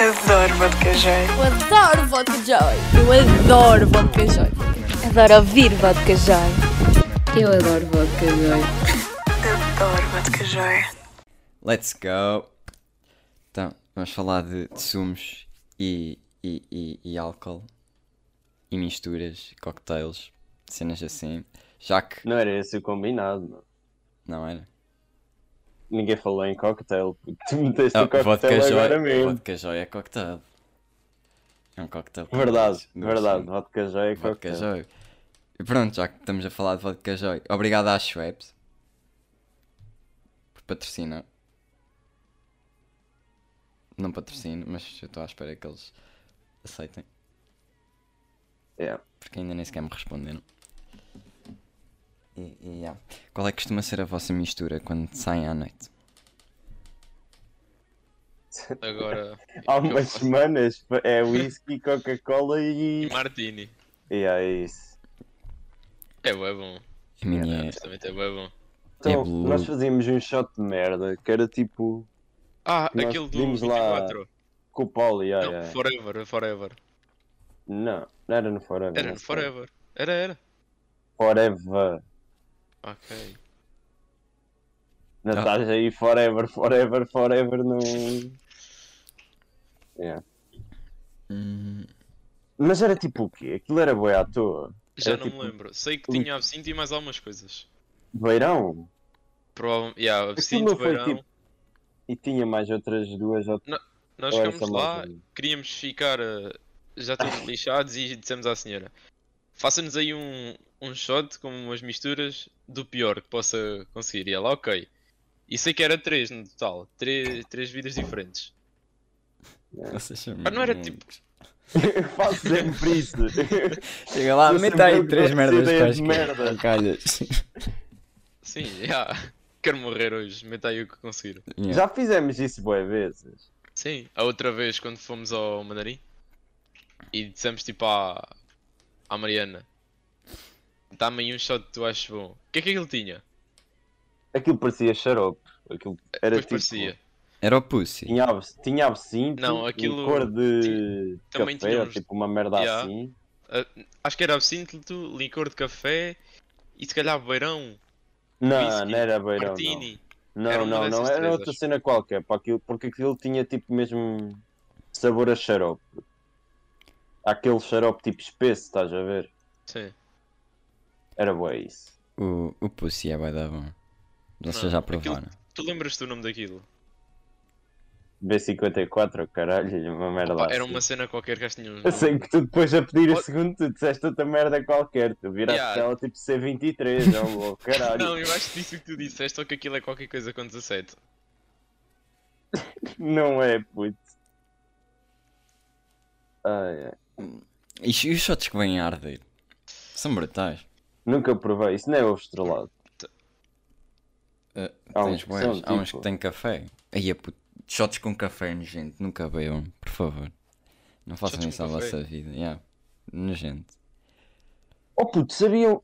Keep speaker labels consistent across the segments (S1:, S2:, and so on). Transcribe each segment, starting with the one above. S1: Adoro vodka joy.
S2: Eu adoro vodka joy. Eu adoro vodka joy. Adoro ouvir vodka joy.
S3: Eu adoro vodka joy.
S1: Adoro vodka joy.
S4: Let's go! Então, vamos falar de, de sumos e, e, e, e álcool e misturas, cocktails, cenas assim. Já que.
S5: Não era esse o combinado, mano.
S4: Não era?
S5: Ninguém falou em cocktail, porque tu meteste
S4: Ah,
S5: o cocktail
S4: vodka
S5: agora
S4: joy.
S5: mesmo.
S4: Vodka joy é cocktail. É um cocktail.
S5: Verdade,
S4: Gosto.
S5: verdade. Vodka já é
S4: Vodka
S5: cocktail.
S4: joy. E pronto, já que estamos a falar de vodka joy. Obrigado à Schweppes por patrocinar. Não patrocino, mas eu estou à espera que eles aceitem.
S5: Yeah.
S4: Porque ainda nem sequer me responderam. E, e, yeah. Qual é que costuma ser a vossa mistura quando saem à noite?
S6: Agora.
S5: Há
S6: o que eu
S5: umas
S6: faço?
S5: semanas é whisky, Coca-Cola e.
S6: E Martini.
S5: E é isso.
S6: É bué bom.
S4: A minha é.
S6: Honestamente é bué bom.
S5: Então,
S4: blue.
S5: nós fazíamos um shot de merda, que era tipo
S6: Ah,
S5: Nós
S6: aquele do
S5: pedimos lá-
S6: 24.
S5: com o Paulo, yeah,
S6: Não,
S5: yeah.
S6: Forever, Forever.
S5: Não, não era no Forever.
S6: Era
S5: não
S6: no
S5: sei.
S6: Forever. Era, era.
S5: Forever.
S6: Ok.
S5: Não
S4: Ah.
S5: estás aí Forever, Forever, Forever, não. Yeah.
S4: Hum,
S5: Mas era tipo o quê? Aquilo era boi à toa.
S6: Já
S5: Era
S6: não
S5: tipo-
S6: me lembro. Sei que tinha absinto e mais algumas coisas.
S5: Beirão.
S6: Provavelmente. Yeah,
S5: não
S6: absinto, um.
S5: foi
S6: beirão.
S5: tipo- E tinha mais outras duas ou
S6: Nós
S5: Olha,
S6: ficámos
S5: essa
S6: lá,
S5: malta.
S6: queríamos ficar eh, já todos lixados e dissemos à senhora: faça-nos aí um, um shot com umas misturas do pior que possa conseguir. E ela, ok. E sei que era três no total, três, três vidas diferentes.
S4: vocês são
S6: Ah, não era
S4: malucos.
S5: Eu faço sempre isso.
S4: Chega lá,
S5: Eu
S4: mete
S5: sempre
S4: aí
S5: eu
S4: três
S5: gosto de
S4: merdas para
S5: ideias
S4: as
S5: de merda.
S4: merdas. calhas.
S6: Sim, yeah. quero morrer hoje, meta aí o que conseguir.
S4: Yeah.
S5: Já fizemos isso boas vezes.
S6: Sim, a outra vez quando fomos ao Mandarim e dissemos tipo à, à Mariana: dá-me aí um shot que tu achas bom. O que é que ele tinha?
S5: Aquilo parecia xarope. Aquilo era
S6: Depois
S5: tipo.
S6: parecia.
S4: Era o Pussy.
S5: Tinha, abs- tinha absinto,
S6: Não,
S5: e
S6: aquilo-
S5: cor de
S6: também
S5: café,
S6: tinha
S5: ou
S6: uns-
S5: tipo uma merda
S6: Yeah.
S5: assim.
S6: Acho que era absinto, licor de café e se calhar beirão,
S5: Não,
S6: Whisky,
S5: não era beirão.
S6: martini.
S5: Não,
S6: Era uma
S5: não, não,
S6: dessas
S5: não era
S6: três,
S5: outra
S6: acho.
S5: cena qualquer, pá, aquilo- porque aquilo tinha tipo mesmo sabor a xarope. Aquele xarope tipo espesso, estás a ver?
S6: Sim.
S5: Era boa isso.
S4: O, o Pussy é bué da bom. Vocês
S6: Não,
S4: já
S6: aquilo-
S4: provaram.
S6: Tu lembras-te do nome daquilo?
S5: B54, caralho, uma merda
S6: Pá,
S5: assim.
S6: era uma cena qualquer que acho que tinha um uns
S5: Eu sei que tu depois a pedir o
S6: Oh.
S5: segundo, tu disseste outra merda qualquer. Tu viraste
S6: Yeah.
S5: ela tipo C23, é um louco, caralho.
S6: Não, eu acho que disse o que tu disseste, só que aquilo é qualquer coisa com 17.
S5: Não é, puto. Ai, ai.
S4: E, e os shots que vêm a arder? São brutais.
S5: Nunca provei, isso não é ovo estrelado.
S4: Ah,
S5: Há
S4: tens
S5: uns que
S4: bués.
S5: são,
S4: Há uns
S5: tipo-
S4: que têm café. Aí é puto. Shots com café nojento. Nunca bebam, por favor. Não façam
S6: Shots
S4: isso à
S6: com café?
S4: vossa vida. Yeah. Nojento.
S5: Oh puto, sabiam.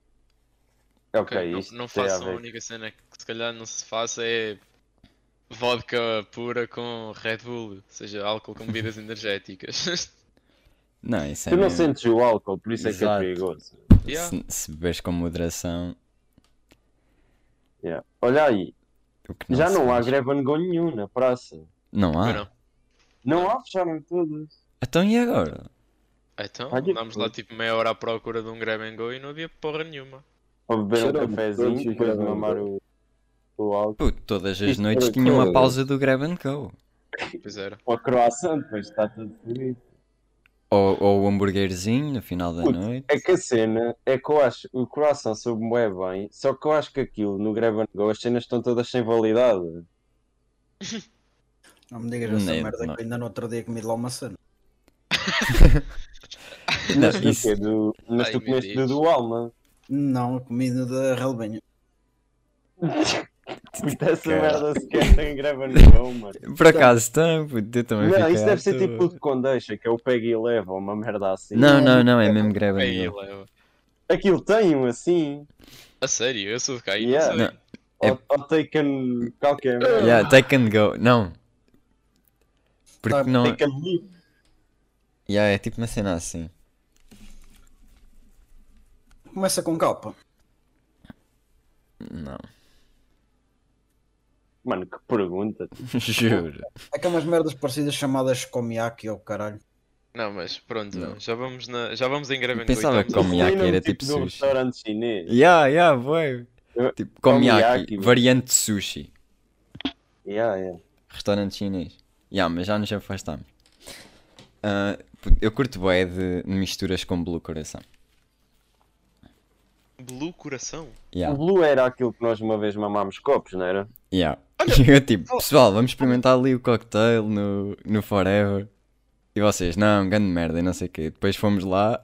S5: Ok,
S6: não,
S5: isto
S6: não
S5: tem a
S6: façam a
S5: ver.
S6: única cena que se calhar não se faça é vodka pura com Red Bull, ou seja, álcool com bebidas energéticas.
S4: Não, isso é
S5: Tu não
S4: mesmo-
S5: sentes o álcool, por isso é que é
S4: Exato.
S5: perigoso.
S6: Yeah.
S4: se, se bebes com moderação.
S5: Yeah. Olha aí,
S4: o que não
S5: já
S4: se
S5: não há
S4: faz.
S5: greve negócio nenhum na praça.
S4: Não há?
S6: Ou não?
S5: Não há, fecharam todas.
S4: Então e agora?
S6: Então,
S5: Olha que
S6: andámos lá
S5: coisa.
S6: tipo meia hora à procura de um grab and go e não havia porra nenhuma.
S5: Para beber um
S3: Cheirou-me, todos
S5: cafezinho, depois de
S3: ficaram
S5: mamar o, o álcool.
S4: Puto, todas as
S5: Isto
S4: noites
S5: era
S4: tinha uma
S3: claro.
S4: pausa do grab and go.
S6: Pois era.
S5: Para o croissant, depois está tudo fodido.
S4: Ou, ou o hambúrguerzinho no final da
S5: Puto,
S4: noite.
S5: É que a cena é que eu acho o croissant soube bué bem, só que eu acho que aquilo no greve negócio as cenas estão todas sem validade.
S7: Não me digas essa
S4: Nem-
S7: merda
S4: não.
S7: que ainda no outro dia comi lá uma cena.
S4: Não,
S5: Mas, do
S4: isso-
S5: quê? Do- mas
S6: Ai,
S5: tu
S6: meu
S5: comeste do, é?
S6: Deus.
S5: do alma.
S7: Não, comi no da Relbenha.
S5: Puta, essa
S4: Cara.
S5: merda sequer tem greve negócio, mano.
S4: Por acaso tem, puto, eu também
S5: é- Não,
S4: fiquei
S5: isso
S4: à
S5: deve ser
S4: toa.
S5: tipo o de Condeixa, que é o Pega e Leva, ou uma merda assim.
S4: Não, não, não, é mesmo grab
S6: Aí
S4: and go.
S6: leva.
S5: Aquilo tem um assim,
S6: A sério, eu sou de cá e
S5: Yeah.
S6: não sei.
S4: É-
S5: ou, ou taken qualquer merda.
S4: Yeah, take and go. Não. Porque
S7: Ah,
S4: não. é-
S5: Fica ali.
S4: Yeah, é tipo uma cena assim.
S7: Começa com calpa.
S4: Não.
S5: Mano, que pergunta.
S4: Juro.
S7: É que há umas merdas parecidas chamadas comiaki ou caralho.
S6: Não, mas pronto,
S4: Não.
S6: já vamos, na, já vamos engravando
S4: Pensava que como- Komiyaki
S5: Fui num
S4: era
S5: tipo
S4: tipo
S5: de um
S4: sushi.
S5: restaurante chinês.
S4: Yeah, yeah, boy.
S5: Eu-
S4: Tipo,
S5: Komiyaki,
S4: Komiyaki,
S5: mano.
S4: variante de sushi.
S5: Yeah, yeah.
S4: Restaurante chinês. Yeah, mas já nos afastamos. Ah, pu- eu curto bué de misturas com Blue Coração.
S6: Blue Coração?
S5: O
S4: Yeah,
S5: Blue era aquilo que nós uma vez mamámos copos, não era?
S4: yeah. E eu tipo, pessoal, vamos experimentar ali o cocktail no, no Forever. E vocês, não, grande merda e não sei o quê. Depois fomos lá,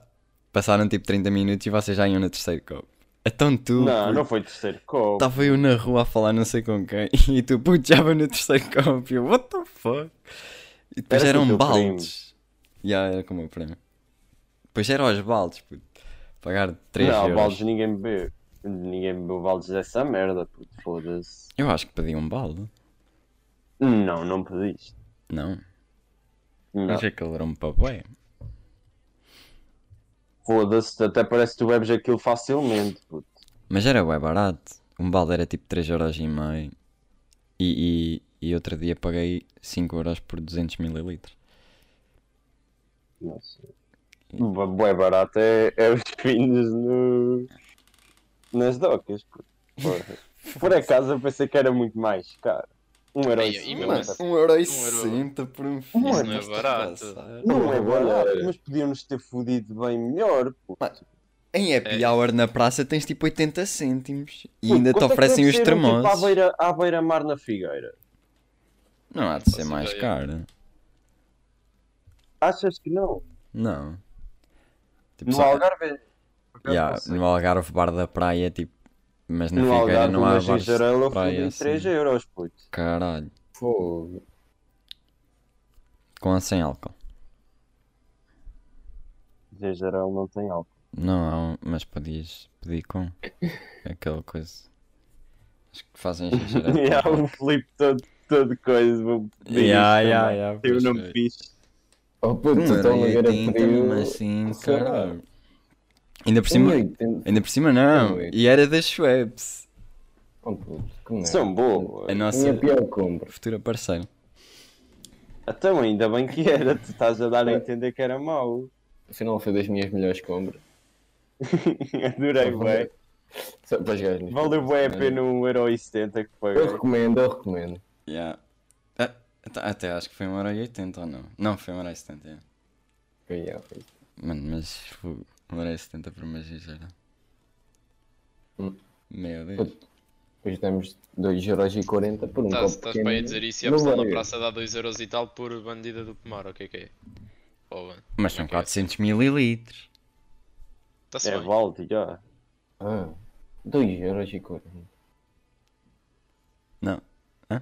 S4: passaram tipo 30 minutos e vocês já iam no terceiro copo. Então tu,
S5: Não, não foi terceiro copo.
S4: Estava eu na rua a falar não sei com quem e tu pujava no terceiro copo e eu, what the fuck? E depois
S5: Era com
S4: eram
S5: o teu
S4: baldes. Já era como o meu primo. Depois era aos baldes, puto. Pagar 3
S5: não,
S4: euros.
S5: baldes ninguém bebeu. Ninguém bebeu baldes dessa merda, puto, foda-se.
S4: Eu acho que pedi um balde.
S5: Não, não pediste.
S4: Não.
S5: Não.
S4: Mas aquilo era um papai.
S5: Foda-se, até parece que tu bebes aquilo facilmente, puto.
S4: Mas era bem barato. Um balde era tipo 3 euros e meio. E, e, e outro dia paguei 5 euros por 200 mililitros.
S5: Nossa. Boé barato é, é os vinhos no... nas docas, puto. Porra. Por acaso eu pensei que era muito mais caro. Um euro e
S6: Ai, ai,
S5: cinquenta,
S6: mas- é
S4: euro
S6: €1,60
S4: por um
S5: filho,
S6: Isso não é barato.
S5: Não é barato, mas podíamos ter fudido bem melhor, puto.
S4: Em happy
S6: É.
S4: hour na praça tens tipo 80 cêntimos e
S5: Puto,
S4: ainda te
S5: quanto é que
S4: oferecem
S5: deve
S4: os
S5: ser um Tipo, à
S4: tremosos.
S5: beira- à beira-mar na Figueira.
S4: Não há de ser
S6: Faço
S4: mais
S6: ideia.
S4: caro.
S5: Achas que não?
S4: Não. Tipo,
S5: No
S4: só-
S5: Algarve é- Por acaso
S4: Yeah,
S5: não sei.
S4: no Algarve, bar da praia, tipo. Mas na
S5: No
S4: Figueira
S5: Algarve,
S4: não há
S5: na
S4: bar
S5: Gingerela,
S4: de
S5: eu
S4: praia.
S5: fudi
S4: assim.
S5: 3 euros, puto.
S4: Caralho.
S7: Fogo.
S4: Com ou sem álcool?
S5: Gingerela não tem álcool.
S4: Não, há um- mas podias pedir com. Aquela coisa. Acho que fazem né? exagerado.
S5: E há o Filipe todo, todo coisa. Vou pedir
S4: Yeah,
S5: isto
S4: yeah,
S5: também.
S4: yeah,
S5: Eu
S4: pois
S5: não
S4: foi.
S5: fiz.
S8: Oh puto,
S4: Não,
S8: então
S4: era
S8: agora
S4: 80,
S8: frio.
S4: mas assim,
S8: sei lá.
S4: caralho. Ainda por cima. Ainda por cima não.
S8: Oi.
S4: E era das Schweppes.
S8: Oh puto, que merda.
S5: São boas.
S4: A nossa
S8: Minha pior compra.
S4: futura parceira.
S5: Então, ainda bem que era. Tu estás a dar a entender que era mau.
S8: Afinal foi das minhas melhores compras.
S5: Adorei, bem.
S8: Só para jogar nisto.
S5: Valeu bem a pena 1,70€ que foi.
S8: Eu recomendo, eu recomendo.
S4: Yeah. Ah, até- até acho que foi 1,80€ ou não? Não, foi 1,70€. Yeah.
S8: Foi, yeah, foi.
S4: Mano, mas tipo, fu, 1,70€ por uma gigeira.
S8: Hum.
S4: Meu Deus.
S8: Depois demos 2,40€ por
S6: Estás
S8: um copo
S6: Tá, estás
S8: pequeno
S6: para aí dizer isso e a
S8: no
S6: pessoa na
S8: barril.
S6: praça dá 2€ euros e tal por bandida do pomar, o que é que é? Oh, mano,
S4: Mas são 400ml.
S6: está-se
S5: É
S6: bem.
S5: Valdi, já.
S8: Ah, 2,40€.
S4: Não. Hã?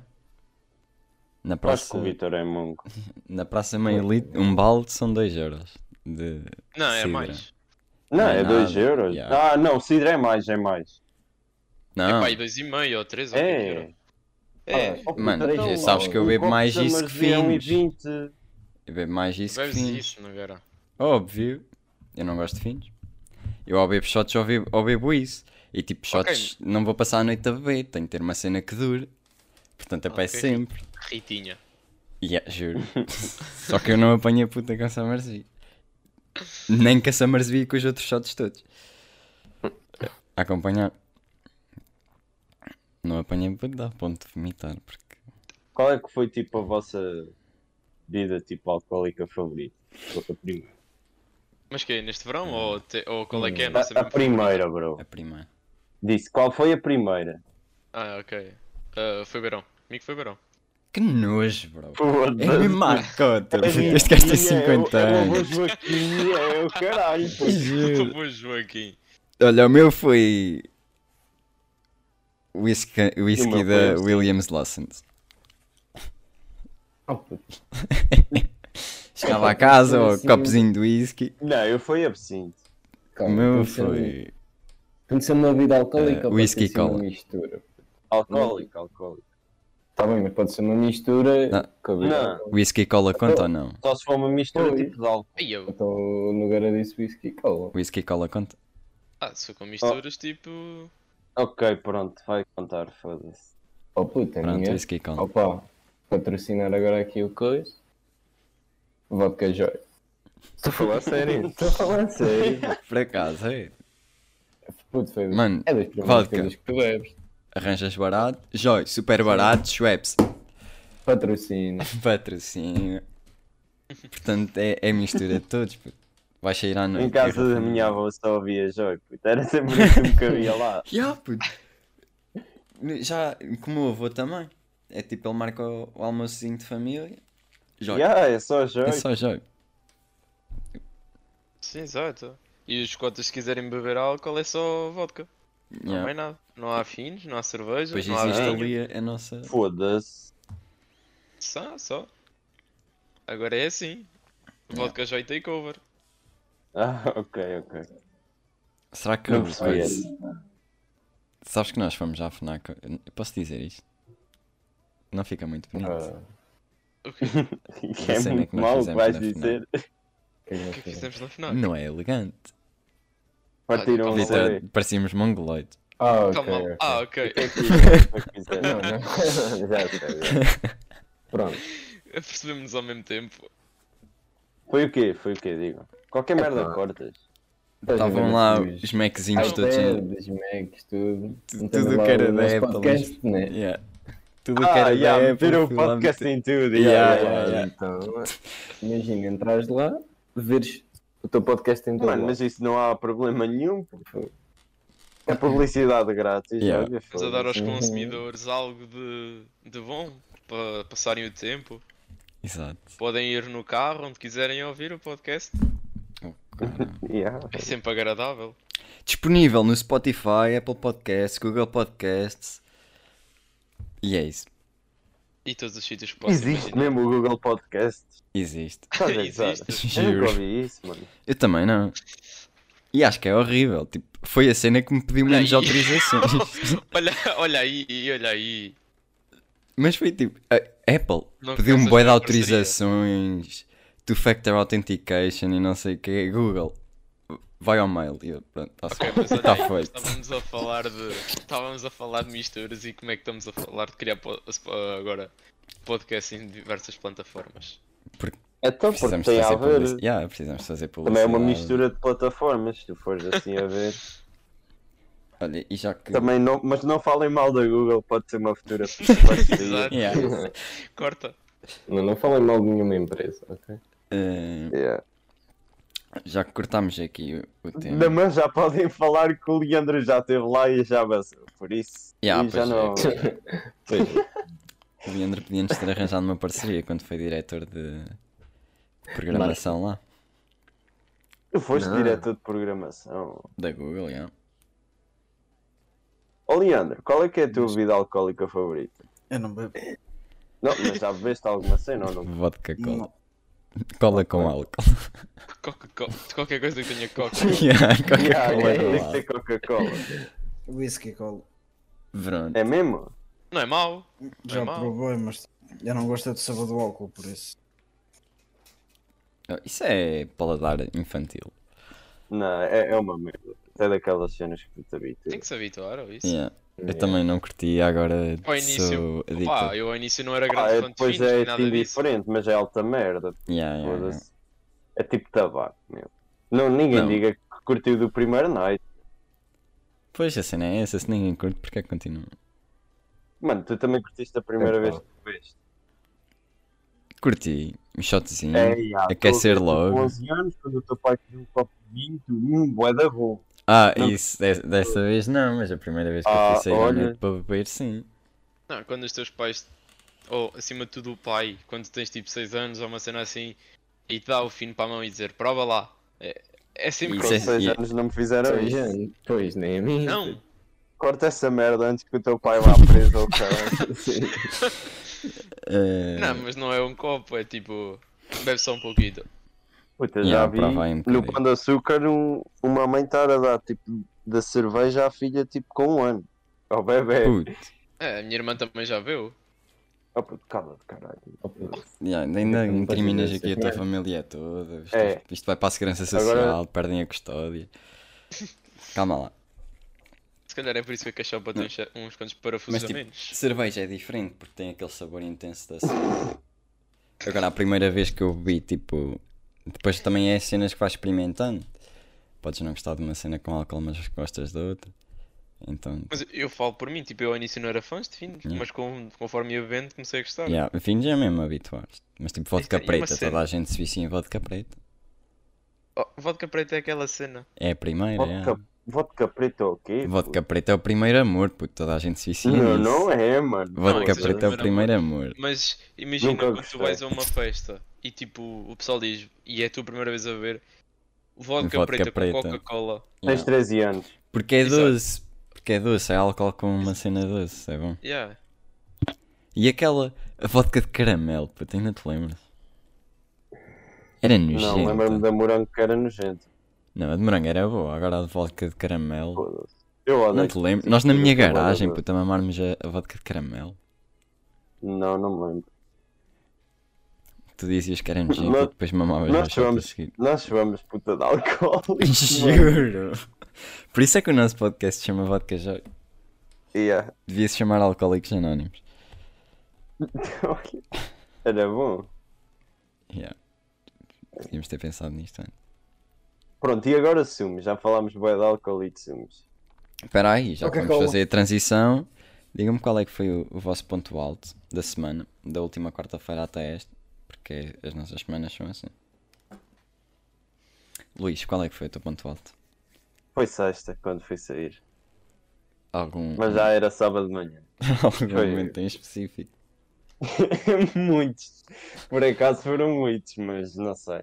S4: Na
S5: Acho que
S4: praça,
S5: o Vitor é monco.
S4: na praça meio litro, um balde são 2 euros de
S6: Não, é
S4: Cidra.
S6: mais.
S5: Não,
S4: Não é
S5: é 2
S4: nada.
S5: euros.
S4: Yeah.
S5: Ah, não, Cidra é mais, é mais.
S4: Não,
S6: É pá, e 2,5 ou 3 ou o que é que
S5: É.
S6: era? É,
S5: Oh, puta,
S4: Mano,
S5: então,
S4: sabes que eu
S5: um
S4: bebo
S5: copo
S4: mais
S5: de
S4: isso que
S5: Samarzão e
S4: fins.
S5: 20.
S4: eu bebo mais isso que
S6: bebes
S4: fins.
S6: isso, não era?
S4: Óbvio. Eu não gosto de fins. Eu ao bebo shots ou bebo, ao bebo isso. E tipo, shots não vou passar a noite a beber. Tenho que ter uma cena que dure. Portanto, é para
S6: Ok.
S4: sempre.
S6: Ritinha.
S4: Yeah, juro. Só que eu não apanho a puta com a Summersby. Nem com a Summersby e com os outros shots todos. A acompanhar. Não apanhei puta a ponto de vomitar. Porque...
S5: Qual é que foi tipo a vossa bebida tipo alcoólica favorita? A primeira,
S6: Mas que é, neste
S4: Hum.
S6: verão? Ou, te- ou qual é que é a nossa
S5: Hum. a, a
S6: mesma
S5: primeira bro.
S4: A prima.
S5: Disse, qual foi a primeira?
S6: Ah, ok. Ah, foi Beirão. Comigo foi Beirão.
S4: Que nojo, bro. É
S5: Foda-se.
S4: mesmo marcota. Este gajo tem 50
S5: É o
S4: anos.
S5: avô Joaquim, é o caralho. pô.
S4: Juro.
S6: Vou Joaquim.
S4: Olha, o meu foi. Whisky, whisky
S5: O meu
S4: da
S5: foi este.
S4: Williams Lawson's.
S8: Oh puto,
S4: Chegava a casa, o
S8: Assim.
S4: copozinho de whisky.
S5: Não, eu fui absinto.
S4: O
S8: calma.
S4: meu
S8: conhecendo-
S4: foi.
S8: Conhecendo a vida alcoólica,
S4: Eh,
S8: pode
S4: whisky
S8: ter sido uma
S4: cola.
S8: mistura. Tá
S5: Alcoólico, alcoólico.
S8: Está bem, mas pode ser uma mistura
S4: Não.
S8: Covid.
S5: Não.
S4: Whisky e cola
S5: Então,
S4: conta ou não?
S5: Só se for uma mistura
S8: Oi.
S5: tipo de álcool.
S6: Ai, eu.
S8: Então o Nogueira disse whisky e cola.
S4: Whisky e cola conta?
S6: Ah, se for com misturas, tipo.
S5: Ok, pronto, vai contar, foda-se.
S8: Oh puta,
S4: Pronto,
S5: é.
S8: ninguém.
S4: whisky e cola.
S8: Opa, patrocinar agora aqui o coisa. Vodka Joy.
S5: Estou a falar sério.
S8: Estou a falar sério.
S4: Por acaso, é.
S8: Puto, foi
S4: Mano,
S8: é das primeiras
S4: vodka.
S8: coisas que tu bebes.
S4: Arranjas barato? Joy, super barato, Schweppes.
S8: Patrocina.
S4: Patrocínio. Portanto, é, é mistura de todos. puto. Vai sair à noite.
S5: em casa da minha avó só ouvia jogo, puto. Era sempre o último que havia lá.
S4: Ya, puto. Já, como o meu avô também. É tipo, ele marca o, o almoçozinho de família. Joy.
S5: Yeah, é só
S4: É
S5: jogo.
S4: só joy.
S6: Sim, exato. E os cotas, se quiserem beber álcool, é só vodka. Não há
S4: Ya.
S6: mais nada. Não há finos, não há cerveja,
S4: Depois
S6: não há
S4: existe
S6: vinho.
S4: ali a, a nossa.
S5: Foda-se.
S6: Só, só. Agora é assim. Vodka Joy Takeover.
S5: Ah, ok, ok.
S4: Será que.
S5: Não é
S4: o
S5: percebi.
S4: coisa- Sabes que nós fomos à FNAC. Eu Posso dizer isto? Não fica muito bonito.
S8: Ah,
S5: Que é
S4: sei nem
S5: muito
S4: como é que
S5: mau o que
S4: fizemos
S5: vais
S4: na final.
S5: dizer.
S8: que é
S6: O que é que fizemos na
S5: Ah.
S6: final?
S4: Não é elegante.
S5: Partiram um
S6: Não
S4: Literal-
S5: CD.
S4: parecíamos mongoloides.
S8: Ah, ok.
S6: Calma.
S8: ok.
S6: Ah, ok.
S5: Foi o é que fizeram.
S8: Não, não. já sei. já. Pronto.
S6: Percebemos ao mesmo tempo.
S5: Foi o quê? Foi o quê? Digo. Qualquer merda
S8: pá.
S5: cortas.
S4: Estavam lá os
S5: Ah,
S4: mequezinhos todos.
S5: é.
S4: em-
S8: iPads, Macs, tudo.
S4: Tudo
S8: Temos
S4: o
S8: lá
S4: que era
S8: o
S4: da
S8: nosso
S4: Apple,
S8: podcast, né?
S4: Yeah. Tudo que
S5: Ah,
S4: era
S5: yeah,
S4: da
S5: meteram o
S4: Apple, fui lá
S5: podcast
S4: meter.
S5: em tudo.
S4: Yeah,
S5: Yeah,
S4: yeah,
S5: yeah.
S4: yeah.
S8: Então, imagina, entras lá, veres o teu podcast em todo
S5: Mano,
S8: lado.
S5: mas isso não há problema nenhum. porque É publicidade grátis.
S4: Yeah.
S5: olha,
S6: Estamos a dar aos
S5: foda-se.
S8: Uhum.
S6: consumidores algo de, de bom para passarem o tempo.
S4: Exato.
S6: Podem ir no carro onde quiserem ouvir o podcast.
S4: Oh, cara.
S5: Yeah.
S6: É sempre agradável.
S4: Disponível no Spotify, Apple Podcasts, Google Podcasts. E é isso.
S6: E todos os sítios que possam
S5: Existe
S6: imaginar.
S5: mesmo o Google Podcast.
S4: Existe.
S5: Estás a gozar?
S6: Existe.
S5: Eu nunca
S4: Juro.
S5: ouvi isso, mano.
S4: Eu também não. E acho que é horrível. Tipo, foi a cena que me pediu menos
S6: aí.
S4: autorizações.
S6: Olha, olha aí, e olha aí.
S4: Mas foi tipo, a Apple
S6: Não
S4: pediu-me
S6: faças
S4: boé de
S6: uma
S4: autorizações, two-factor authentication e não sei o que. Google, vai ao mail. E eu, pronto, está
S6: Ok, mas olha
S4: tá
S6: aí,
S4: feito.
S6: Estávamos a falar de. Estávamos a falar de misturas e como é que estamos a falar de criar po- eh, agora podcast em diversas plataformas.
S5: Então, porque
S4: Precisamos
S5: tem a
S4: fazer
S5: ver.
S4: publicidade. Yeah, precisamos fazer
S5: Também é
S4: publicidade.
S5: uma mistura de plataformas, se tu fores assim a ver.
S4: Olha, e já que.
S5: Também não, mas não falem mal da Google, pode ser uma futura parceria.
S6: Exato.
S4: Yeah.
S6: Corta.
S8: Não, não falem mal de nenhuma empresa, ok?
S4: eh,
S5: Yeah.
S4: já que cortámos aqui o, o tema.
S5: Não, mas já podem falar que o Leandro já esteve lá e já avançou. Por isso,
S4: Yeah,
S5: e já
S4: pois é.
S5: não.
S8: Pois,
S4: O Leandro podia-nos ter arranjado uma parceria quando foi diretor de de programação lá,
S5: Tu foste
S8: Não.
S5: diretor de programação.
S4: da Google. Yeah.
S5: Ó Leandro, qual é que é a tua bebida alcoólica favorita?
S7: Eu não bebo.
S5: Não, mas já bebeste alguma cena ou não?
S4: Vodka cola.
S7: Não.
S4: Cola com álcool.
S6: Coca, co- de qualquer coisa que tenha coca.
S4: yeah,
S5: Ah,
S4: Coca-Cola
S5: ok, tem
S4: com
S5: que
S4: álcool.
S5: ser Coca-Cola.
S7: Whisky cola.
S4: Pronto.
S5: É mesmo?
S6: Não é mau.
S7: Já
S6: é mau.
S7: provei, mas eu não gosto é do sabor do álcool, por isso.
S4: Oh, Isso é paladar infantil.
S5: Não, é, é uma merda. É daquelas cenas que tu te habituas.
S6: Tem que se habituar a isso.
S4: Yeah. Eu também não curti, agora
S6: Ao início.
S4: sou adicto.
S6: Opa, eu ao início não era
S5: Ah,
S6: grande
S5: é,
S6: fã de
S5: depois
S6: finos,
S5: é
S6: nem nada
S5: tipo
S6: disso.
S5: diferente, mas é alta merda.
S4: Yeah, yeah, yeah.
S5: Foda-se. É tipo tabaco, meu. Não, ninguém
S4: Não.
S5: diga que curtiu do primeiro É, night.
S4: Pois a cena é essa, se ninguém curte, porque é que continua?
S5: Mano, tu também curtiste a primeira
S4: É
S8: Então.
S5: vez que bebeste.
S4: Curti, um shotzinho.
S5: É, já,
S4: aquecer
S5: tu- tu
S4: logo.
S5: Com 11 anos, quando o teu pai pediu um copo de vinho, tu, hum, bué da bom.
S4: Ah,
S5: Não.
S4: isso, de- dessa vez não, mas a primeira vez que eu
S5: Ah,
S4: fui sair à
S5: olha.
S4: noite para beber, sim.
S6: Não, quando os teus pais, ou acima de tudo o pai, quando tens tipo 6 anos ou uma cena assim, e te dá o fino para a mão e dizer prova lá. É, é sempre
S4: Isso
S5: Com
S4: é-
S6: isso.
S5: 6
S4: e-
S5: anos não me fizeram
S8: pois,
S5: isso.
S8: gente, pois, nem a mim.
S6: Não,
S5: Corta essa merda antes que o teu pai vá preso ou caralho.
S4: Eh,
S6: não, mas não é um copo, é tipo, bebe só um pouquinho.
S5: Puta,
S4: Yeah,
S5: já vi
S4: para vai um
S5: no
S4: bocadinho.
S5: Pão de Açúcar um- uma mãe estar a dar tipo da cerveja à filha tipo com um ano. Ao bebê.
S4: puto,
S6: É, a minha irmã também já viu.
S5: Oh puto, cala-te, caralho.
S8: Oh, puto.
S4: Ya, ainda
S8: Não podes
S4: incriminas
S8: dizer
S4: aqui a
S8: essas
S4: tua
S8: merdas.
S4: família toda. Isto,
S5: É.
S4: isto vai para a segurança social,
S5: Agora-
S4: perdem a custódia. Calma lá.
S6: Se calhar é por isso que a cachapa tem uns- uns quantos parafusos
S4: Mas
S6: a
S4: tipo,
S6: menos.
S4: cerveja é diferente porque tem aquele sabor intenso da cerveja. Agora, a primeira vez que eu bebi, tipo. Depois também é cenas que vais experimentando. Podes não gostar de uma cena com álcool, mas gostas da outra. Então,
S6: Mas eu falo por mim, tipo, eu ao início não era fã de vinhos,
S4: Yeah.
S6: mas com- conforme ia bebendo comecei a gostar.
S4: yeah, vinhos é mesmo habituaste. Mas tipo, vodka
S6: é uma
S4: preta, toda
S6: cena.
S4: a gente se vicia em vodka preta.
S6: Oh, vodka preta é aquela cena.
S4: É a primeira, é.
S5: Vodka, vodka preta é o quê?
S4: Vodka preta é o primeiro amor, puto, toda a gente se vicia
S5: puto? Não,
S4: nisso.
S5: não é, mano.
S6: Não,
S4: Vodka
S6: isso já
S4: preta é o
S6: não era
S4: primeiro amor.
S6: Mas imagina
S5: Nunca
S6: quando tu
S5: gostei.
S6: vais a uma festa e tipo, o pessoal diz, e é a tua primeira vez a beber, vodka,
S4: Vodka
S6: preta,
S4: preta.
S6: com Coca-Cola.
S5: Tens
S4: Yeah.
S5: 13 anos.
S4: Porque é
S6: Exato.
S4: doce. Porque é doce, é álcool com uma cena doce, é bom.
S6: Yeah.
S4: E aquela a vodka de caramelo, puto, ainda te lembras? Era nojenta.
S5: Não, lembro-me da morango que era nojento.
S4: Não, a de morango era boa, agora a de vodka de caramelo.
S5: Foda-se. Eu odeio.
S4: Não te lembro. Nós na minha
S5: Eu odeio.
S4: garagem, puto, a mamarmos a, a vodka de caramelo.
S5: Não, não me lembro.
S4: Tu dizias que era nojenta e
S5: Nós-
S4: depois mamavas
S5: nós
S4: na chapa a
S5: chamamos-
S4: seguir.
S5: Nós chamamos puta de álcool.
S4: Juro! Por isso é que o nosso podcast se chama Vodka Joy.
S5: yeah.
S4: Devia se chamar Alcoólicos Anónimos.
S5: Era bom.
S4: Yeah. Podíamos ter pensado nisto antes.
S5: Pronto, e agora sumos? Já falámos bem de álcool e de sumos.
S4: Espera aí, já que vamos
S7: Coca-Cola.
S4: fazer a transição. Diga-me qual é que foi o, o vosso ponto alto da semana, da última quarta-feira até esta, porque as nossas semanas são assim. Luís, qual é que foi o teu ponto alto?
S5: Foi sexta, quando fui sair.
S4: Algum,
S5: Mas já era sábado de manhã.
S4: algum
S5: foi-
S4: momento em específico?
S5: muitos. Por acaso foram muitos, mas não sei.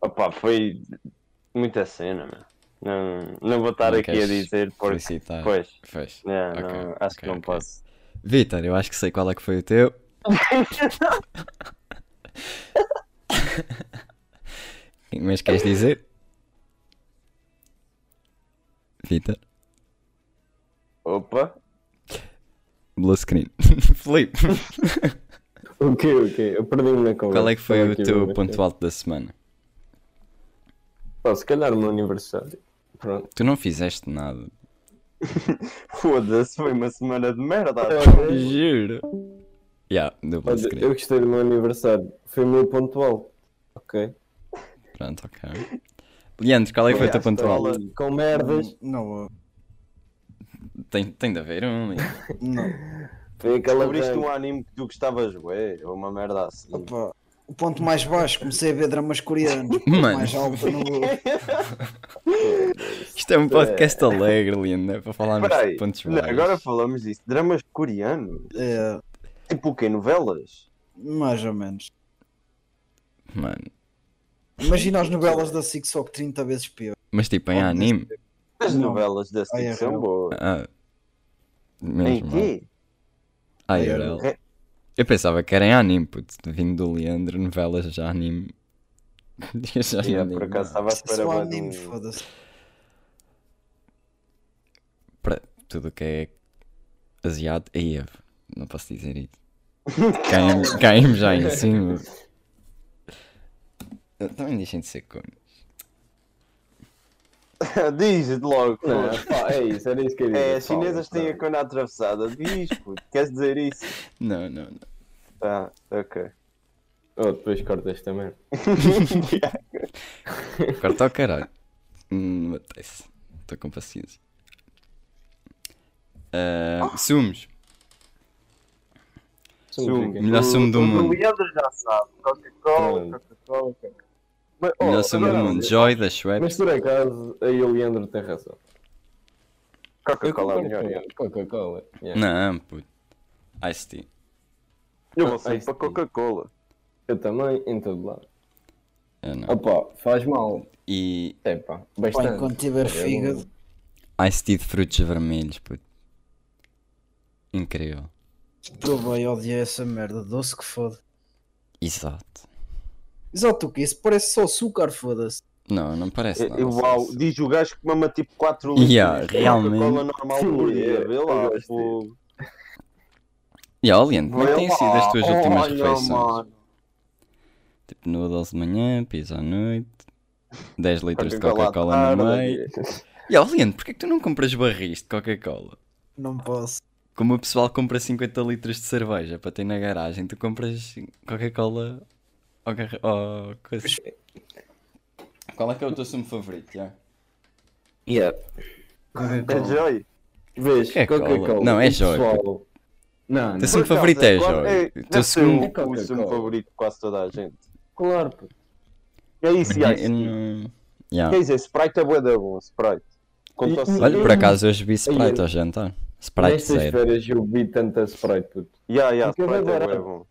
S5: Opa, foi muita cena, meu. Não, não vou estar
S4: Não
S5: aqui a
S4: queres
S5: dizer porque.
S4: Felicitar.
S5: Pois.
S4: Fez.
S5: É,
S4: Ok,
S5: não, acho que
S4: ok,
S5: não
S4: ok.
S5: posso.
S4: Vitor, eu acho que sei qual é que foi o teu. Mas é queres dizer? Vitor,
S5: Opa,
S4: blue screen. Felipe.
S8: O quê, o quê? Eu perdi-me na conversa.
S4: Qual é que foi
S8: Estava
S4: o
S8: aqui a
S4: teu
S8: ver.
S4: ponto alto da semana?
S8: Pá, se calhar o meu aniversário. Pronto.
S4: Tu não fizeste nada.
S5: foda-se, foi uma semana de merda.
S4: Juro. Já, deu para
S8: Olha,
S4: escrever.
S8: eu gostei do meu aniversário. Foi o meu ponto alto. Ok.
S4: Pronto, ok. Leandro, qual é que foi o teu
S5: Aliás,
S4: ponto alto?
S5: fala-
S8: Com merdas.
S7: Não,
S4: Tem, tem de haver um. Leandro.
S7: não.
S8: Foi aquela
S5: Descobriste
S8: vez.
S5: um anime que tu gostavas de ver, ou uma merda assim.
S7: Opa, o ponto mais baixo, comecei a ver dramas coreanos. O ponto
S4: Mano.
S7: Mais alto, não,
S4: Isto é um podcast alegre, Leandro, é para falarmos
S5: Peraí,
S4: de pontos
S5: não,
S4: baixos.
S5: agora falamos disso. Dramas coreanos?
S7: é,
S5: Tipo o quê? Novelas?
S7: mais ou menos.
S4: Mano,
S7: Imagina as novelas da SIC só que 30 vezes pior.
S4: mas tipo em anime.
S5: As
S7: Não.
S5: novelas da
S7: Ai, é
S5: Stick são
S7: real.
S5: boas.
S4: Ah, menos
S5: Em
S4: mal.
S5: quê?
S4: Ah, IRL.
S5: É-
S4: Eu pensava que era em anime, puto. Vindo do Leandro, novelas já anime. Eu já
S5: Yeah,
S4: não
S5: é,
S4: é?
S5: por
S4: digo
S5: acaso
S4: nada.
S5: estava à espera
S7: Só
S5: bué de
S7: anime,
S5: um-
S7: foda-se.
S4: para tudo o que é asiático. Ei, eu não posso dizer isso. Caímos, caímos já em cima. Eu Também deixem de ser corno.
S5: Diz-te logo.
S8: Não,
S5: foda-se.
S8: pá, é isso, era isso que eu ia dizer.
S5: É, as chinesas
S8: Fala,
S5: têm a
S8: pronto.
S5: cona atravessada. Diz, puto. Queres dizer isso?
S4: Não, não, não.
S5: Ah, ok.
S8: Oh, depois cortas também.
S4: Corta ao caralho. Hum, Matei-se. Estou com paciência. Ah, sumos.
S8: um
S5: Sumo.
S8: Sumo.
S4: Melhor sumo do
S5: O
S4: mundo.
S5: Leandro já sabe. Coca-Cola,
S8: Pronto.
S5: Coca-Cola. Hum. Mas, oh,
S4: Melhor sumo do
S5: agora,
S4: mundo. Joy da
S8: Mas
S4: Schweppes.
S8: por acaso, aí o Leandro tem razão.
S5: Coca-Cola é o melhor.
S8: Coca-Cola. Coca-Cola. yeah.
S4: Não, puto. Ice tea.
S5: Eu
S4: Ah,
S5: vou sempre
S8: Ice
S5: para
S8: tea.
S5: Coca-Cola.
S8: Ah, Eu também, em todo lado.
S4: Eu não.
S8: Opa, faz mal.
S4: E
S8: É pá,
S7: Pá,
S8: bastante.
S7: enquanto tiver fígado,
S4: ice tea de frutos vermelhos, puto. Incrível.
S7: estou bem, odiei essa merda. Doce que foda.
S4: Exato.
S7: Exato o que? Isso parece só açúcar, foda-se.
S4: Não, não parece nada.
S5: E- e Uau,
S4: só-
S5: diz o gajo que mama tipo 4 litros
S4: Yeah,
S5: de
S4: realmente.
S5: Coca-Cola normal por
S8: Sim,
S5: dia.
S8: yeah,
S5: Vê
S8: eu
S5: lá,
S8: gosto
S5: fogo.
S4: E Alien, como é que têm sido as tuas
S5: Olha,
S4: últimas refeições?
S5: mano.
S4: Tipo, noodles de manhã, pizza à noite, 10 litros de
S5: Coca-Cola à
S4: Coca-Cola é? no
S5: tarde.
S4: meio. E Alien, porquê que tu não compras barris de Coca-Cola?
S7: Não posso.
S4: Como o pessoal compra 50 litros de cerveja para ter na garagem, tu compras Coca-Cola ou, garra- ou coisa. Qual é que é o teu sumo favorito? Já?
S8: Yeah.
S5: É joy.
S8: Vês,
S4: É cola.
S8: Coca-Cola.
S4: Não, é
S8: o
S4: Joy.
S8: pessoal- Não, não.
S4: Teu sumo favorito é Joy. O Teu
S5: Teu
S4: sumo.
S8: É Coca-Cola.
S5: O sumo favorito de quase toda a gente.
S8: Claro, pô.
S5: É isso,
S4: Eu
S5: guys.
S4: não- Já.
S5: Quer dizer, Sprite é bué da bom, Sprite. Com tosse.
S4: Olha, por acaso é hoje vi
S8: Aí,
S4: Sprite
S8: eu-
S4: ao jantar. Sprite
S8: Nestas
S5: é.
S4: zero.
S8: feiras eu vi tanta Sprite, puto.
S5: Yeah, yeah,
S8: Porque é
S5: Sprite
S8: bué
S5: é bué
S8: barato.
S5: bom.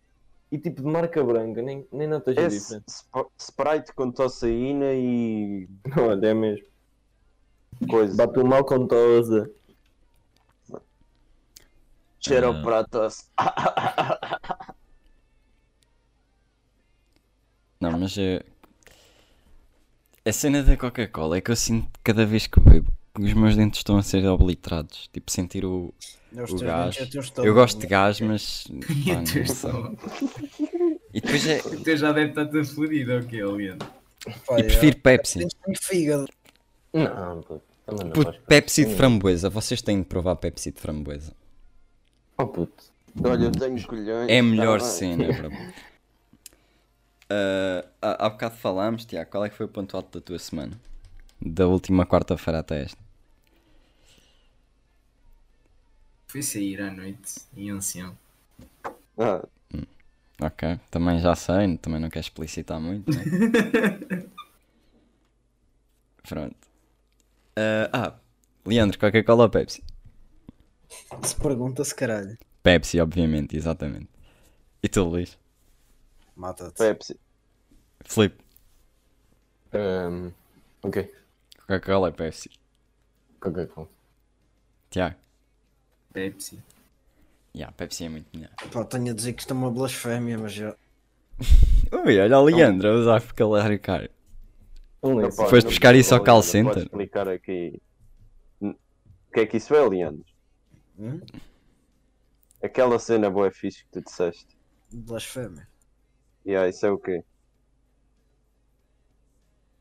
S8: E tipo de marca branca, nem, nem notas a
S5: É
S8: diferença.
S5: sp- Sprite com tosseína e
S8: Olha, é mesmo.
S5: coisa.
S8: Bateu mal com tosa.
S5: Cheiro
S4: Ah.
S5: para tosse.
S4: Não, mas eh, A cena da Coca-Cola é que eu sinto cada vez que bebo que os meus dentes estão a ser obliterados. Tipo, sentir o,
S7: É os
S4: o
S7: teus
S4: gás.
S7: dentes, é o teu estômago.
S4: Eu gosto de gás, mas. pá, não sei. E depois é.
S9: O teu já deve estar todo fodido, ok, Alien?
S7: Pá,
S4: E
S7: é. é,
S4: prefiro Pepsi.
S7: Tens um fígado.
S8: Não, puto. Também não
S4: Puto,
S8: faz parte.
S4: Pepsi de framboesa. Vocês têm de provar Pepsi de framboesa.
S8: Oh, puto.
S5: Olha, eu tenho colhões.
S4: É a melhor
S5: tá bem.
S4: cena, bro. Ah, há, há bocado falámos, Tiago, qual é que foi o ponto alto da tua semana? Da última quarta-feira até esta.
S9: Fui sair à noite em ancião.
S5: Ah,
S4: Ok, também já sei, também não quero explicitar muito. né? Pronto. Ah, ah, Leandro, Coca-Cola ou Pepsi?
S7: Se pergunta-se, caralho.
S4: Pepsi, obviamente, exatamente. E tu, Luís?
S7: Mata-te.
S5: Pepsi.
S4: Filipe,
S8: Ahm, ok.
S4: Coca-Cola ou Pepsi?
S8: Coca-Cola.
S4: Tiago?
S9: Pepsi.
S4: Yeah, Pepsi é muito melhor.
S7: Pá, tenho a dizer que isto é uma blasfémia, mas já.
S4: Ui, olha a Leandra, a usar vocabulário caro.
S8: Um
S5: Não
S8: lenço.
S5: pode-
S4: Foste
S5: não
S4: buscar
S5: pode
S4: isso ao
S5: falar,
S4: call
S5: não pode
S4: center?
S5: explicar aqui. Hum, O que é que isso é, Leandro?
S7: Hum?
S5: Aquela cena boa fixe que tu disseste.
S7: Blasfémia.
S5: E ah, isso é o quê?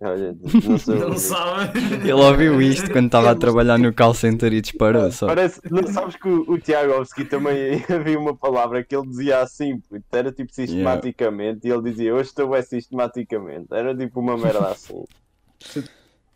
S5: Olha, não sei.
S9: Não sabe?
S4: Ele ouviu isto quando estava a trabalhar no call center e disparou só.
S5: Parece, não sabes que o, o Tiago Ovski também havia uma palavra que ele dizia assim, puto, era tipo sistematicamente, e ele dizia hoje estou é sistematicamente, era tipo uma merda assim.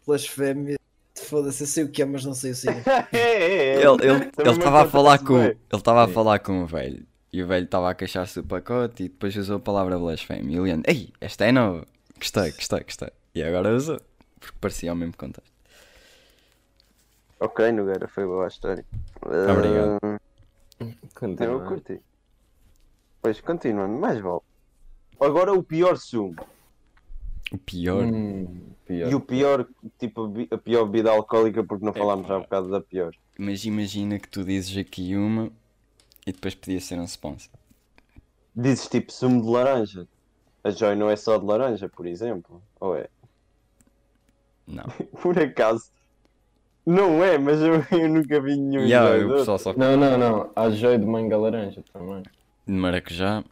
S7: Blasfémia. Foda-se, eu sei o que é, mas não sei o significado.
S5: É, ele
S4: Ele ele- ele estava a falar com
S5: é?
S4: ele estava a falar com o velho e o velho estava a queixar-se do pacote e depois usou a palavra blasfémia. E o Leandro, ei, esta é nova. Gostei, gostei, gostei. E agora usou. Porque parecia ao mesmo contexto.
S5: Ok, Nogueira, foi boa a história.
S4: Obrigado.
S5: Ah,
S8: Tá, Continua.
S5: eu curti. Pois, continuando, mais vale. Agora o pior sumo.
S4: O pior.
S8: Hum, pior. É.
S5: E o pior, tipo, bi- a pior bebida alcoólica, porque não falámos já um bocado da pior.
S4: Mas imagina que tu dizes aqui uma e depois podia ser um sponsor.
S5: Dizes tipo sumo de laranja. A Joy não é só de laranja, por exemplo. Ou é?
S4: Não.
S5: Por acaso. Não é, mas eu, eu nunca vi nenhum
S4: E ah,
S5: Joy
S4: o
S5: doce.
S4: pessoal só
S8: Não, não, não. Há joio de manga laranja também.
S4: de maracujá.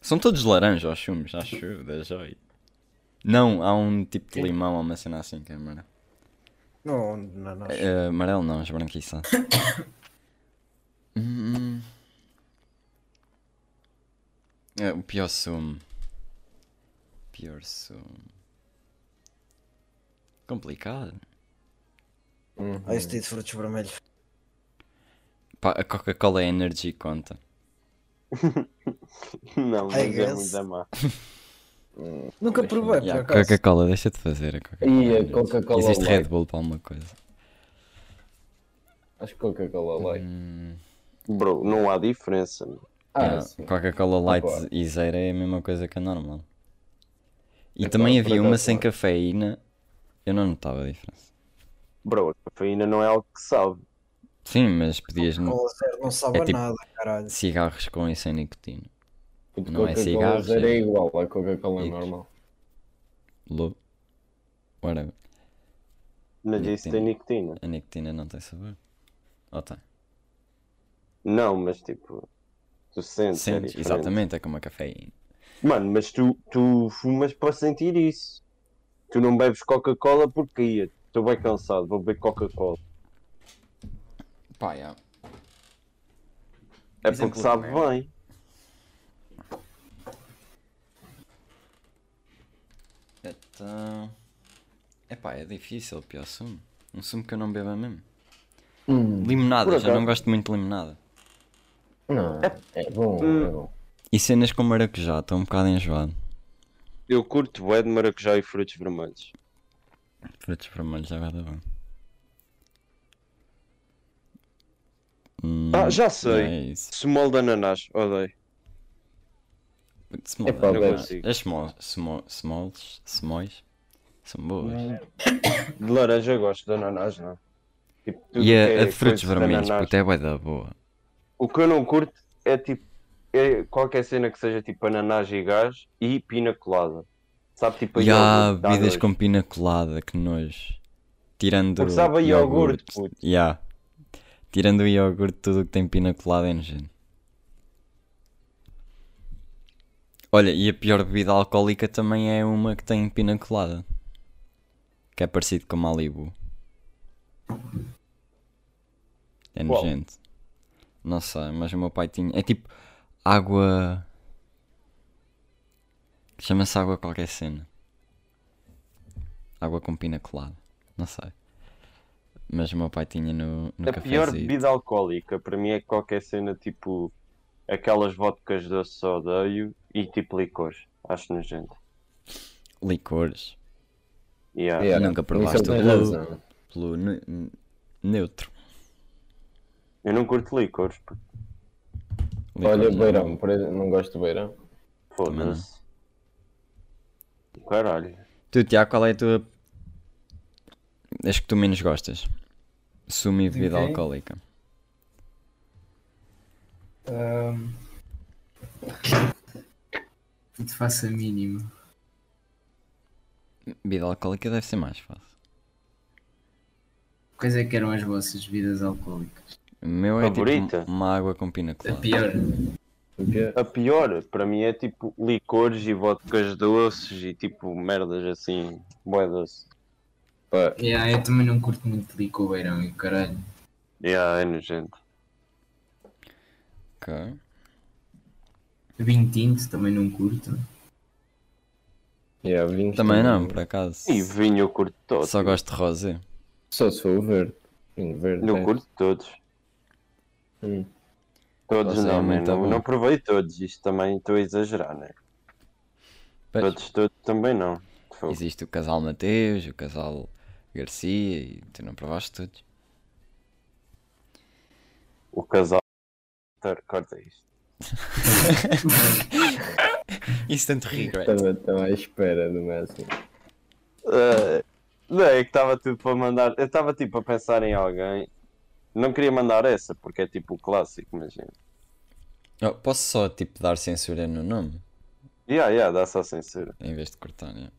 S4: São todos laranja aos chumos, acho eu, da joia. Não, há um tipo de limão ou uma cena assim que é amarelo.
S7: Não, não, não.
S4: Eh, amarelo não, esbranquiçado. Hum, hum. É, o pior sumo. Pior sumo. Complicado.
S8: Uhum.
S7: Ah, este aí de frutos vermelhos.
S4: Pá, a Coca-Cola é Energy conta.
S5: Não,
S7: I
S5: mas é
S7: guess.
S5: muito má.
S7: Nunca provei, por
S4: Yeah,
S7: acaso.
S4: Coca-Cola, deixa de fazer a Coca-Cola.
S8: E a
S4: Energy.
S8: Coca-Cola
S4: Existe Red
S8: Light?
S4: Bull para alguma coisa.
S8: Acho que
S4: Hum,
S8: Coca-Cola Light.
S5: Bro, não há diferença. meu.
S8: Ah,
S4: Yeah,
S8: sim.
S4: Coca-Cola Light
S8: Concordo.
S4: e zero é a mesma coisa que a normal. E
S8: Concordo,
S4: também
S8: Então, por
S4: havia uma
S8: acaso,
S4: sem
S8: claro.
S4: cafeína. Eu não notava a diferença.
S5: Bro, a cafeína não é algo que salve.
S4: Sim, mas podias no-
S7: Cola zero não sabe
S4: É
S7: a
S4: tipo-
S7: nada, caralho.
S4: cigarros com e sem nicotina.
S8: Puto,
S4: Não é
S8: Coca-Cola
S4: cigarro,
S8: zero
S4: é-
S8: é igual à Coca-Cola
S4: Ix.
S8: normal.
S4: Lou. Ora,
S5: Mas isso tem nicotina.
S4: Oh, tá. a nicotina não tem sabor. Ou tem?
S5: Não, mas tipo. Tu sentes. é
S4: Sentes,
S5: diferente.
S4: exatamente, é como a cafeína.
S5: Mano, mas tu, tu fumas para sentir isso. Tu não bebes Coca-Cola porque ia. Estou bem cansado, vou beber Coca-Cola.
S4: Pá, yeah.
S5: É
S4: Exemplo
S5: porque sabe
S4: de merda.
S5: bem.
S4: Então. Epá, é difícil, pior sumo. Um sumo que eu não beba mesmo.
S8: Hum,
S4: Limonada,
S5: Por
S4: já não
S5: acaso.
S4: gosto muito de limonada.
S8: não, é bom, é bom.
S4: E cenas com maracujá, estou um bocado enjoado.
S5: Eu curto bué de maracujá e frutos vermelhos.
S4: Frutos vermelhos, é verdade. bom. Hum,
S5: Ah, já
S4: não
S5: sei.
S4: é isso.
S5: Smol de ananás, odeio.
S4: Small,
S8: Epá,
S4: não
S5: eu
S4: é?
S5: consigo.
S4: As small, small, smalls, smalls, são boas.
S5: De laranja eu gosto de ananás, não. Tipo, tudo
S4: E
S5: que
S4: a,
S5: é
S4: a de frutos
S5: coisa
S4: vermelhos,
S5: ananás.
S4: puta, é bué da boa.
S5: O que eu não curto é tipo. é qualquer cena que seja tipo ananás e gás e pina colada. Sabe, tipo a
S4: E há
S5: iogurte, dá
S4: bebidas
S5: nojo.
S4: com pina colada, que nós. Tirando
S5: Porque sabe a iogurte, puto.
S4: e há. Tirando o iogurte, tudo o que tem pina colada é nojento. Olha, e a pior bebida alcoólica também é uma que tem pina colada. Que é parecido com Malibu. É
S5: Qual?
S4: nojento. Não sei, mas o meu pai tinha. É tipo água. Chama-se água qualquer cena. Água com pina colada. Não sei. Mas o meu pai tinha no, no
S5: A pior
S4: cafezinho.
S5: bebida alcoólica para mim é qualquer cena tipo aquelas vodkas doce só odeio e tipo licores. Acho nojento.
S4: Licores.
S5: Yeah.
S8: Yeah,
S4: Ah, Nunca
S8: isso
S4: provaste
S8: ele tem
S4: o blue.
S8: razão.
S4: Pelo ne- ne- neutro.
S5: Eu não curto licores, puto,
S4: Licores
S8: Olha,
S4: não.
S8: beirão, por exemplo, não gosto de beirão.
S5: foda-se. Caralho.
S4: Tu, Tiago, qual é a tua. As que tu menos gostas? Sumo e bebida
S9: quê?
S4: alcoólica.
S9: Ahm. Puto, faço a mínima.
S4: Bebida alcoólica deve ser mais fácil.
S9: Quais é que eram as vossas bebidas alcoólicas?
S4: O meu é
S5: Favorita?
S4: tipo uma água com pina
S9: A
S4: colada.
S9: pior.
S5: A pior para mim é tipo licores e vodkas doces e tipo merdas assim, bué doce.
S8: Pá,
S9: Yeah, eu também não curto muito de licor beirão e o caralho.
S5: Yeah, é nojento.
S4: Ok.
S9: Vinho tinto também não curto.
S8: yeah, vinhos
S4: Também não, por acaso.
S5: E vinho eu curto todos.
S4: Só gosto de rosé.
S8: Só se for o verde. Vinho verde.
S5: Eu
S8: é.
S5: curto todos.
S8: Hum.
S5: Todos
S4: Vocês
S5: não,
S4: é muito
S5: mano. Não,
S4: bom.
S5: não provei todos. Isto também estou a exagerar, né?
S4: Pois,
S5: Todos, todos também não. Fogo.
S4: existe o casal Mateus, o casal Garcia e tu não provaste todos.
S5: O casal. Tar- Corta isto.
S4: Instant regret.
S8: Estava estava à espera do máximo.
S5: Ah, não, é que estava tipo para mandar. Eu estava tipo a pensar em alguém. Não queria mandar essa, porque é tipo o clássico, imagina.
S4: Oh, posso só tipo dar censura no nome?
S5: Yeah, yeah, dá só censura.
S4: Em vez de cortar, né?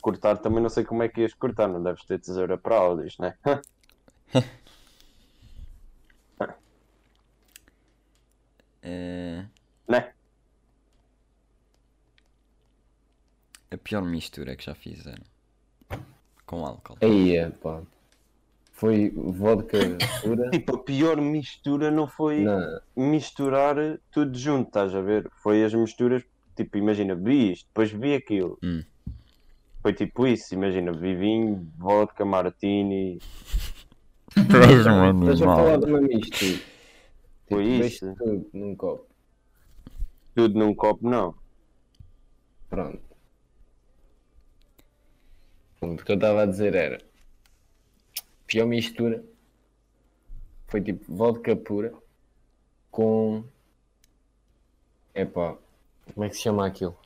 S5: Cortar também não sei como é que ias cortar, não deves ter tesoura para áudios, né?
S4: Eh,
S5: né?
S4: a pior mistura que já fizeram. Com álcool.
S8: Aí é, pá. Foi vodka pura.
S5: Tipo, a pior mistura não foi.
S8: Não,
S5: misturar tudo junto, estás a ver? Foi as misturas, tipo, imagina, vi isto, depois vi aquilo.
S4: Hum.
S5: Foi tipo isso, imagina, vi vinho, vodka, martini,
S8: estás a falar de um uma mistura.
S5: Foi
S8: Tipo,
S5: isso.
S8: vês tudo num copo.
S5: tudo num copo, não.
S8: Pronto. O que eu estava a dizer era. Pior mistura. Foi tipo vodka pura com. Epá. Como é que se chama aquilo?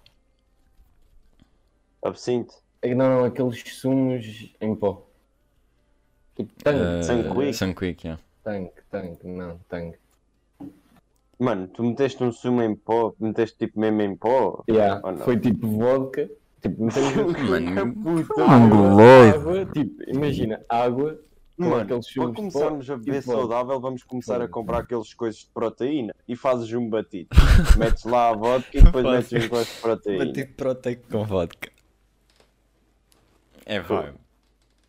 S5: Absinto,
S8: É que Não, não, aqueles sumos em pó. Tipo tanque,
S5: Sunquick.
S4: Sunquick, Eh, yeah.
S8: tanque, tanque, não, tanque.
S5: mano, tu meteste um sumo em pó, meteste tipo mesmo em pó.
S8: Yeah,
S5: Ou não?
S8: foi tipo vodka, tipo, metemos
S4: Mano,
S5: Puta,
S8: água, tipo, imagina, água, com
S5: Mano,
S8: aqueles
S5: para
S8: chumos de pó.
S5: começarmos a beber
S8: pó.
S5: saudável, vamos começar a
S8: Pó.
S5: comprar aqueles coisas de proteína e fazes um batido. metes lá a vodka e depois
S4: Pode.
S5: metes um gosto de proteína.
S4: Batido proteico tipo, com vodka. É vibe.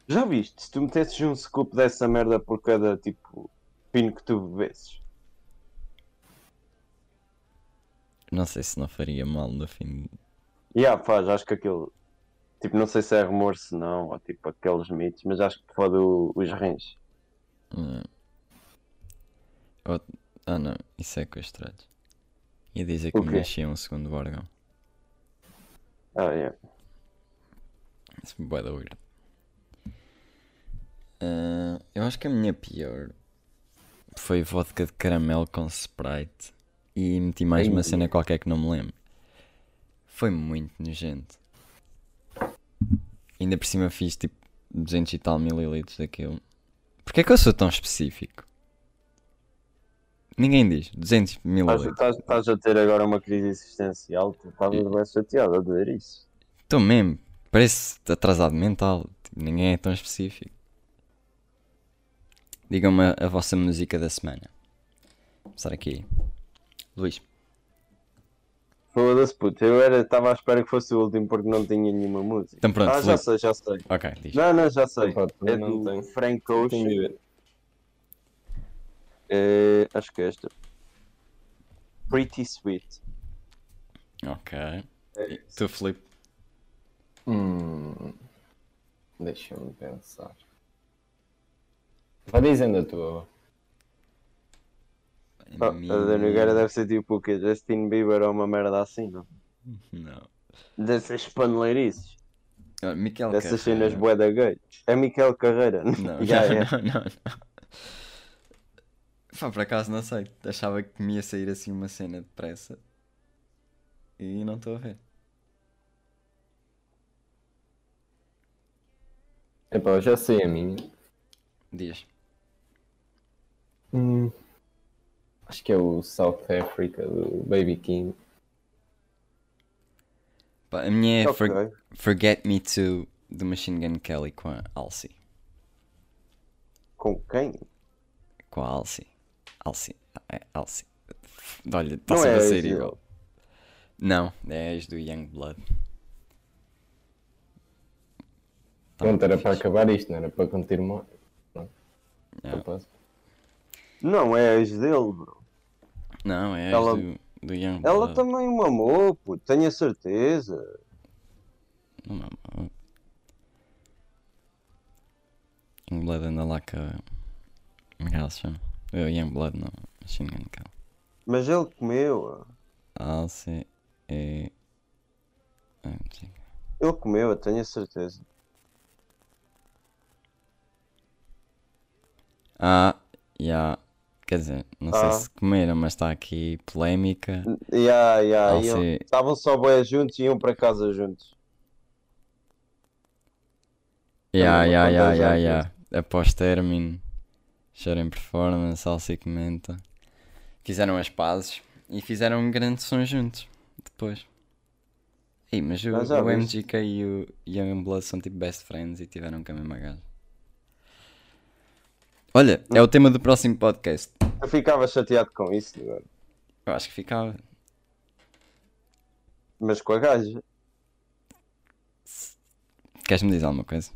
S5: Já viste? Se tu metesses um scoop dessa merda por cada tipo pino que tu bebesses.
S4: Não sei se não faria mal no fim.
S5: E yeah, faz, acho que aquilo. Tipo, não sei se é rumor se não, ou tipo aqueles mitos, mas acho que fode o- os rins.
S4: Hum. Ou- Ah não, isso é castrado. Ia dizer que
S5: O
S4: me
S5: quê?
S4: nascia um segundo órgão.
S5: Ah, yeah.
S4: Isso me boa da weird. Ah, eu acho que a minha pior foi vodka de caramelo com Sprite e meti mais uma cena qualquer que não me lembro. Foi muito nojento. Ainda por cima fiz tipo 200 e tal mililitros daquilo. Porquê é que eu sou tão específico? Ninguém diz 200
S5: Estás-
S4: mililitros.
S5: Estás estás a ter agora uma crise existencial, tu estavas bem chateado a dizer isso.
S4: Estou Então mesmo. Parece atrasado mental. Tipo, Ninguém é tão específico. Digam-me a, a vossa música da semana. Vou começar aqui. Luís.
S5: Foda-se, puto, eu era- estava à espera que fosse o último porque não tinha nenhuma música.
S4: Então pronto,
S5: ah, já
S4: Filipe. Então
S5: sei, já sei.
S4: Ok, diz.
S5: Não, não, já sei.
S8: Pronto,
S5: é
S8: não
S5: do
S8: tenho.
S5: Frank Ocean.
S8: Tenho de ver.
S5: É, acho que é esta. Pretty Sweet.
S4: Ok.
S5: É
S4: E Tu, Filipe.
S8: Hum, Deixa-me pensar. Vá dizendo a tua.
S5: Oh, a da Nogueira deve ser tipo o quê? Justin Bieber ou uma merda assim, não?
S4: Não.
S5: Dessas paneleirices.
S4: Ah, Miquel
S5: Dessas
S4: Carreira.
S5: cenas bué da gay. É Miquel Carreira.
S4: Não,
S5: Já
S4: não,
S5: é.
S4: não, não, não. Pá, por acaso não sei. Achava que me ia sair assim uma cena depressa. E não estou a ver.
S8: Epá, eu já sei a minha.
S4: Diz.
S8: Hum, Acho que é o South Africa do Baby King.
S4: Pá, a minha é
S5: Ok.
S4: For- Forget Me Too do Machine Gun Kelly com a Alcy.
S5: Com quem?
S4: Com a Alcy. Alcy. É, Alcy. F- Olha, está
S5: Não
S4: sempre
S5: é
S4: a sair
S5: esse,
S4: igual. Não, é ex do Young Blood.
S8: Pronto, era para acabar isto, não era para continuar.
S4: Não.
S8: Não posso.
S5: Não é ex dele, bro.
S4: Não, é ex
S5: Ela-
S4: do, do Young
S5: Ela
S4: Blood.
S5: também o mamou, puto, tenho a certeza.
S4: Não, não, não. Young Blood anda lá com a. Como é que ela se chama? Eu, Young Blood, não. Machine Gun Kelly.
S5: Mas ele comeu.
S4: Alcy e. Ah, não sei.
S5: Ele comeu, eu tenho a certeza.
S4: Ah, já. Quer dizer, não
S5: Ah.
S4: sei se comeram, mas está aqui polémica.
S5: Ya, ya,
S4: Ele
S5: e ele-
S4: se-
S5: Estavam só boias juntos e iam para casa juntos.
S4: Ya,
S5: Também
S4: ya,
S5: vou
S4: ya,
S5: contar já
S4: ya, ya. Após término, chorem performance, Alci comenta. Fizeram as pazes e fizeram um grande som juntos. Depois. Ei, mas o,
S5: Ah, já
S4: o
S5: viste.
S4: MGK e o Youngblood são tipo best friends e tiveram com a mesma gaja. Olha, é o tema do próximo podcast.
S5: Eu ficava chateado com isso agora.
S4: Eu acho que ficava.
S5: Mas com a gaja.
S4: Queres-me dizer alguma coisa?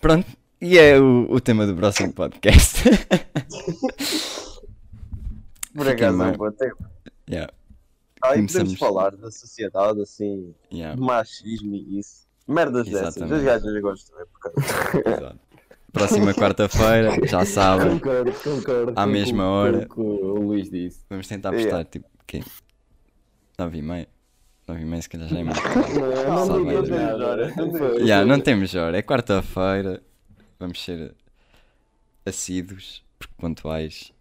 S4: Pronto, e é o, o tema do próximo podcast.
S5: Por
S4: Fiquem
S5: acaso
S4: bem.
S5: não vou ter.
S4: yeah,
S5: Ah, e
S4: Começamos.
S5: podemos falar da sociedade assim,
S4: yeah,
S5: de machismo e isso. Merdas dessas. As
S4: Exatamente.
S5: gajas gostam, é por causa.
S4: exato. Próxima quarta-feira, já sabem,
S8: Concordo, concordo.
S4: À
S8: com o-
S4: mesma
S8: com
S4: hora.
S8: o que o Luís disse.
S4: vamos tentar
S5: Yeah.
S4: postar tipo quê? 9 e meia? 9 e meia se calhar já é muito.
S8: Não,
S4: Sabe,
S8: digas
S4: não.
S8: nada. Foi-
S4: yeah, não temos hora, é quarta-feira, vamos ser assíduos, porque pontuais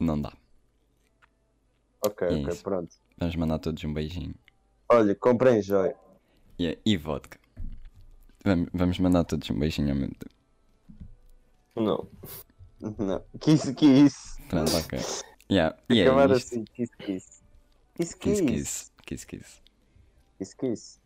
S4: não dá.
S5: Ok,
S4: É
S5: ok,
S4: isso.
S5: pronto.
S4: Vamos mandar todos um beijinho.
S5: Olha, comprem joia.
S4: Yeah, e vodka. Vamos, vamos mandar todos um beijinho ao mesmo tempo.
S5: Não. Não. Que isso, que isso.
S4: Pronto, ok. Yeah, e é
S5: Acabar
S4: isto.
S5: assim, é que isso, que isso. Que isso, que
S4: Kiss,
S5: isso.
S4: kiss. Kiss, kiss.
S5: Isso, que isso.